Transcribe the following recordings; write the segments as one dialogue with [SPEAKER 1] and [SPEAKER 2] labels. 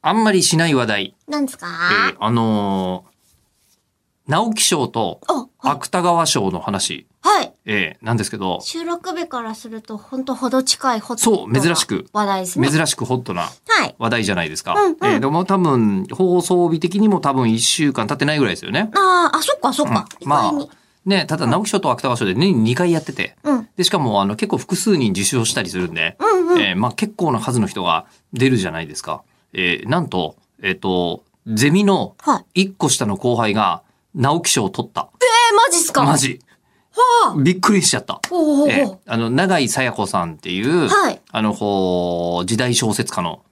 [SPEAKER 1] あんまりしない話題。
[SPEAKER 2] なんですか、
[SPEAKER 1] えーあのー直木賞と
[SPEAKER 2] あ、は
[SPEAKER 1] 芥川賞の話、
[SPEAKER 2] はい。
[SPEAKER 1] えーなんですけど、
[SPEAKER 2] 収録日からすると、ほんとほど近いホッ
[SPEAKER 1] そ
[SPEAKER 2] ト
[SPEAKER 1] う、珍しく、
[SPEAKER 2] 話題ですね。
[SPEAKER 1] 珍しくホットな
[SPEAKER 2] はい。
[SPEAKER 1] 話題じゃないですか。
[SPEAKER 2] うんうん
[SPEAKER 1] えーでも多分、放送日的にも多分1週間経ってないぐらいですよね。
[SPEAKER 2] ああ、あ、そっかそっか。
[SPEAKER 1] うん
[SPEAKER 2] 意外に。
[SPEAKER 1] ね、ただ直木賞と芥川賞で年に2回やってて、
[SPEAKER 2] うん。
[SPEAKER 1] で、しかもあの結構複数人受賞したりするんで、
[SPEAKER 2] うんうん。
[SPEAKER 1] えーまあ結構な数の人が出るじゃないですか。えーなんと、えっ、と、ゼミの
[SPEAKER 2] はい。
[SPEAKER 1] 1個下の後輩が直木賞を取った。
[SPEAKER 2] えー、マジっすか
[SPEAKER 1] マジ。
[SPEAKER 2] はあ。
[SPEAKER 1] びっくりしちゃった。
[SPEAKER 2] ほうほうほう。
[SPEAKER 1] えーあの、長井さや子さんっていう、
[SPEAKER 2] はい。
[SPEAKER 1] あの、こう、時代小説家の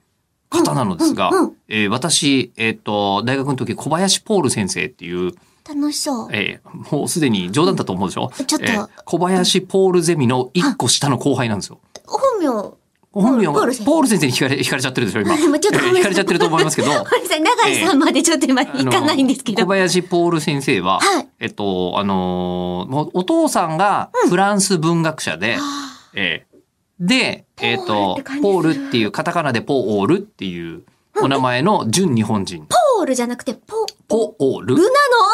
[SPEAKER 1] 方なのですが、
[SPEAKER 2] うんうんうん
[SPEAKER 1] えー私、えっ、と、大学の時、小林ポール先生っていう、
[SPEAKER 2] 楽しそう。
[SPEAKER 1] えーもうすでに冗談だと思うでしょ
[SPEAKER 2] ちょっと
[SPEAKER 1] えー小林ポールゼミの一個下の後輩なんですよ。
[SPEAKER 2] 本名。ご
[SPEAKER 1] 本名
[SPEAKER 2] ポール
[SPEAKER 1] は
[SPEAKER 2] 先生
[SPEAKER 1] ポール先生に惹かれ、 惹かれちゃってるでしょ、今。
[SPEAKER 2] ち ょっと ごめんなさい
[SPEAKER 1] 惹かれちゃってると思いますけ ど。
[SPEAKER 2] めんなさい、長井さんまでちょっと今
[SPEAKER 1] あ
[SPEAKER 2] 行
[SPEAKER 1] の
[SPEAKER 2] かないんですけど。
[SPEAKER 1] 小林ポール先生は、
[SPEAKER 2] はい
[SPEAKER 1] えっと、あのーもうお父さんがフランス文学者で、
[SPEAKER 2] あ
[SPEAKER 1] えーで、えっ
[SPEAKER 2] ポ
[SPEAKER 1] と
[SPEAKER 2] ールって感じ、する
[SPEAKER 1] ポールっていう、カタカナでポールっていうお名前の純日本人。
[SPEAKER 2] ポールじゃなくて、ポ、
[SPEAKER 1] ポール
[SPEAKER 2] ル。なの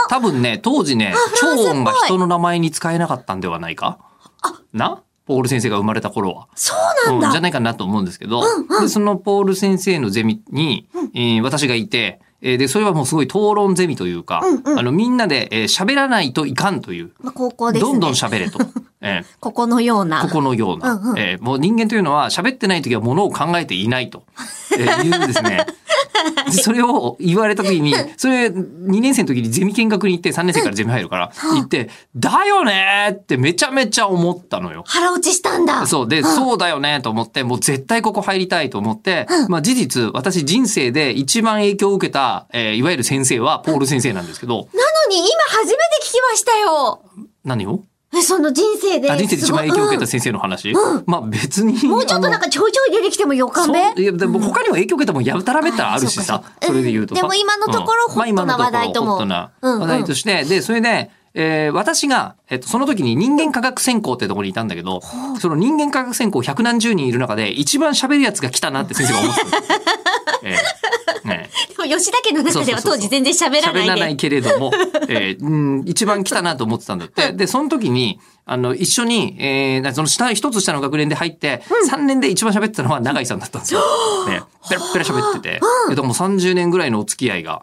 [SPEAKER 1] 多分ね、当時ね、
[SPEAKER 2] フランス
[SPEAKER 1] 超
[SPEAKER 2] っぽい
[SPEAKER 1] 音が人の名前に使えなかったんではないか
[SPEAKER 2] あ
[SPEAKER 1] なポール先生が生まれた頃は。
[SPEAKER 2] そうなん
[SPEAKER 1] う
[SPEAKER 2] だ。
[SPEAKER 1] んじゃないかなと思うんですけど、
[SPEAKER 2] うんうん
[SPEAKER 1] でそのポール先生のゼミに、えー私がいて、えーで、それはもうすごい討論ゼミというか、
[SPEAKER 2] うんうん
[SPEAKER 1] あの、みんなで、えー喋らないといかんという、
[SPEAKER 2] まあ、高校ですね。
[SPEAKER 1] どんどん喋 れと。え
[SPEAKER 2] ここのよう
[SPEAKER 1] ー
[SPEAKER 2] な。
[SPEAKER 1] ここのような、
[SPEAKER 2] うんうん
[SPEAKER 1] えーもう人間というのは喋ってない時はものを考えていないと、えーいうですね。でそれを言われた時 に、それ2年生の時にゼミ見学に行って、3年生からゼミ入るから、
[SPEAKER 2] うん
[SPEAKER 1] 行って、だよねーってめちゃめちゃ思ったのよ。
[SPEAKER 2] 腹落ちしたんだ。
[SPEAKER 1] そう。で、
[SPEAKER 2] ん
[SPEAKER 1] そうだよねと思って、もう絶対ここ入りたいと思って、まあ事実、私人生で一番影響を受けた、えーいわゆる先生はポール先生なんですけど、
[SPEAKER 2] なのに今初めて聞きましたよ。
[SPEAKER 1] 何を
[SPEAKER 2] え、その人生で。
[SPEAKER 1] あ人生で一番影響を受けた先生の話、まあ別に。
[SPEAKER 2] もうちょっとなん
[SPEAKER 1] か、
[SPEAKER 2] かちょいちょい出てきてもよか
[SPEAKER 1] そう
[SPEAKER 2] め。
[SPEAKER 1] いやでも他にも影響を受けたもんやたらめったらあるし
[SPEAKER 2] あ
[SPEAKER 1] さ
[SPEAKER 2] そうかそう、か
[SPEAKER 1] それで言うとさ
[SPEAKER 2] うんでも今のところ
[SPEAKER 1] うん
[SPEAKER 2] ホットな話題とも
[SPEAKER 1] まあ今のとこ
[SPEAKER 2] う
[SPEAKER 1] ろ
[SPEAKER 2] ん
[SPEAKER 1] ホットな
[SPEAKER 2] うん
[SPEAKER 1] 話題として、で、それで、えー私が、えっと、その時に人間科学専攻ってところにいたんだけど、その人間科学専攻百何十人いる中で一番喋るやつが来たなって先生が思って たんですよ。ええねえ
[SPEAKER 2] でも吉田家の中では当時全然喋らない
[SPEAKER 1] 喋
[SPEAKER 2] で。
[SPEAKER 1] らないけれ ども、えーうん、一番来たなと思ってたんだって。で、その時に、あの、一緒に、えー、その下、一つ下の学年で入って、3年で一番喋ってたのは永井さんだったん ですよ。ね、ペラッペラ喋ってて。えっと、もう30年ぐらいのお付き合いが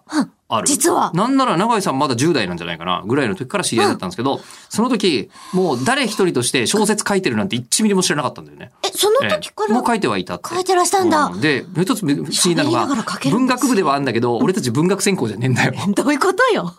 [SPEAKER 1] ある。
[SPEAKER 2] 実は
[SPEAKER 1] なんなら永井さんまだ10代なんじゃないかな、ぐらいの時から知り合いだったんですけど、その時、もう誰一人として小説書いてるなんて1ミリも知らなかったんだよね。
[SPEAKER 2] え、その
[SPEAKER 1] え
[SPEAKER 2] 時か
[SPEAKER 1] えも
[SPEAKER 2] ら
[SPEAKER 1] う書いてはいたって。
[SPEAKER 2] 書いてらしたんだ
[SPEAKER 1] う。で、もう一つ不思議なのが
[SPEAKER 2] 喋りながら書け、る
[SPEAKER 1] 文
[SPEAKER 2] んです
[SPEAKER 1] 学部ではあるんだけど、俺たち文学専攻じゃねえんだよ。
[SPEAKER 2] どういうことよ。